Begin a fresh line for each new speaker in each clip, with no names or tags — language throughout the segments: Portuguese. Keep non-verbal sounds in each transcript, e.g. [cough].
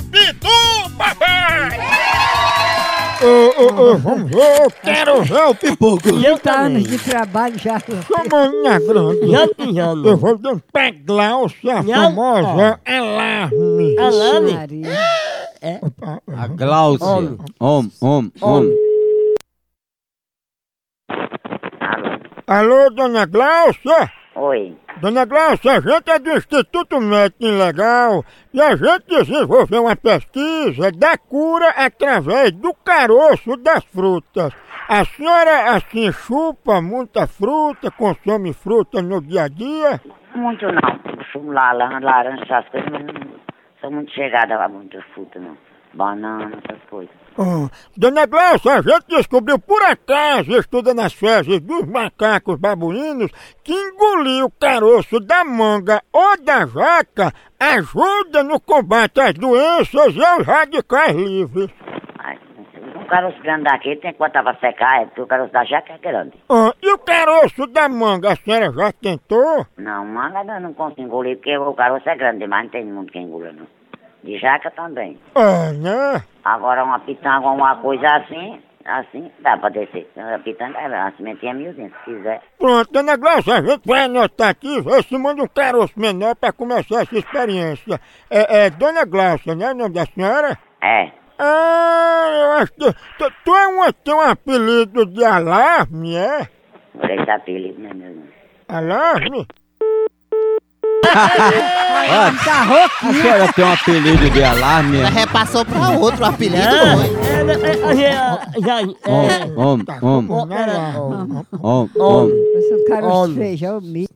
Pitu, papai! Ô, ô, ô, vamos ver, eu quero ver o pipoco. [laughs]
Trinta anos de Tá, né? trabalho já.
Chama é minha grande.
Jantes
Eu
anos.
vou dar pra Glaucia, a
Não.
famosa alarme.
Alane.
Maria.
A Glaucia.
Homem.
Uhum. Homem, homem, homem.
Alô, dona Glaucia?
Oi.
Dona Glaucia, a gente é do Instituto Médico Legal e a gente desenvolveu uma pesquisa da cura através do caroço das frutas. A senhora, assim, chupa muita fruta, consome fruta no dia a dia?
Muito não. Fumo lá, lá- laranja, essas coisas, mas não sou muito chegada a muito fruta, não. Banana, essas coisas.
Ah, Dona Glaucia, a gente descobriu por acaso, estudando as fezes dos macacos babuínos, que engolir o caroço da manga ou da jaca ajuda no combate às doenças e aos radicais livres.
Ai, um caroço grande daquele tem quando tava secar, é porque o caroço da jaca é grande.
Ah, e o caroço da manga, a senhora já tentou?
Não, manga eu não consigo engolir, porque o caroço é grande demais, não tem muito que engula, não. De jaca também.
É, né?
Agora uma pitanga, uma coisa assim, assim, dá pra descer. A pitanga, a sementinha é miudinha, se quiser.
Pronto, Dona Glaucia, a gente vai anotar aqui, vê se manda um caroço menor para começar essa experiência. É, é Dona Glaucia, né, o nome da senhora?
É.
Ah, eu acho que. Tu, tu é uma, tem um apelido de alarme, é?
Vou deixar apelido, né, meu irmão?
Alarme?
A senhora tem um apelido de alarme?
Ela repassou pra outro o apelido, foi.
Homem, homem, homem,
Não é alarme.
Tá. homem, homem.
Eu sou Carlos
Homem.
Feijão, mi.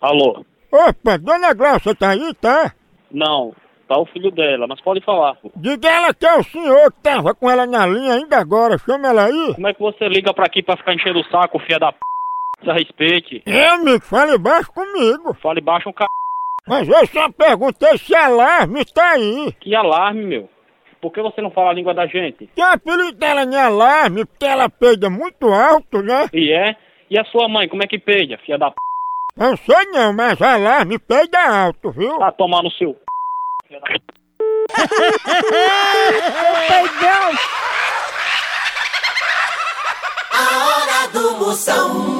Alô?
Opa, dona Glaucia tá aí, tá?
Não, tá o filho dela, mas pode falar.
Diga ela que é o senhor que tava com ela na linha ainda agora, chama ela aí.
Como é que você liga pra aqui pra ficar enchendo o saco, filha da p? Se respeite.
É, amigo, fale baixo comigo.
Fale baixo um c...
Mas eu só perguntei se alarme tá aí.
Que alarme, meu. Por que você não fala a língua da gente?
Que o um apelido dela não é alarme, porque ela peida muito alto, né?
E é? E a sua mãe, como é que peida, filha da p?
Não sei não, mas alarme peida alto, viu?
Tá tomar no seu c...
A hora do moção.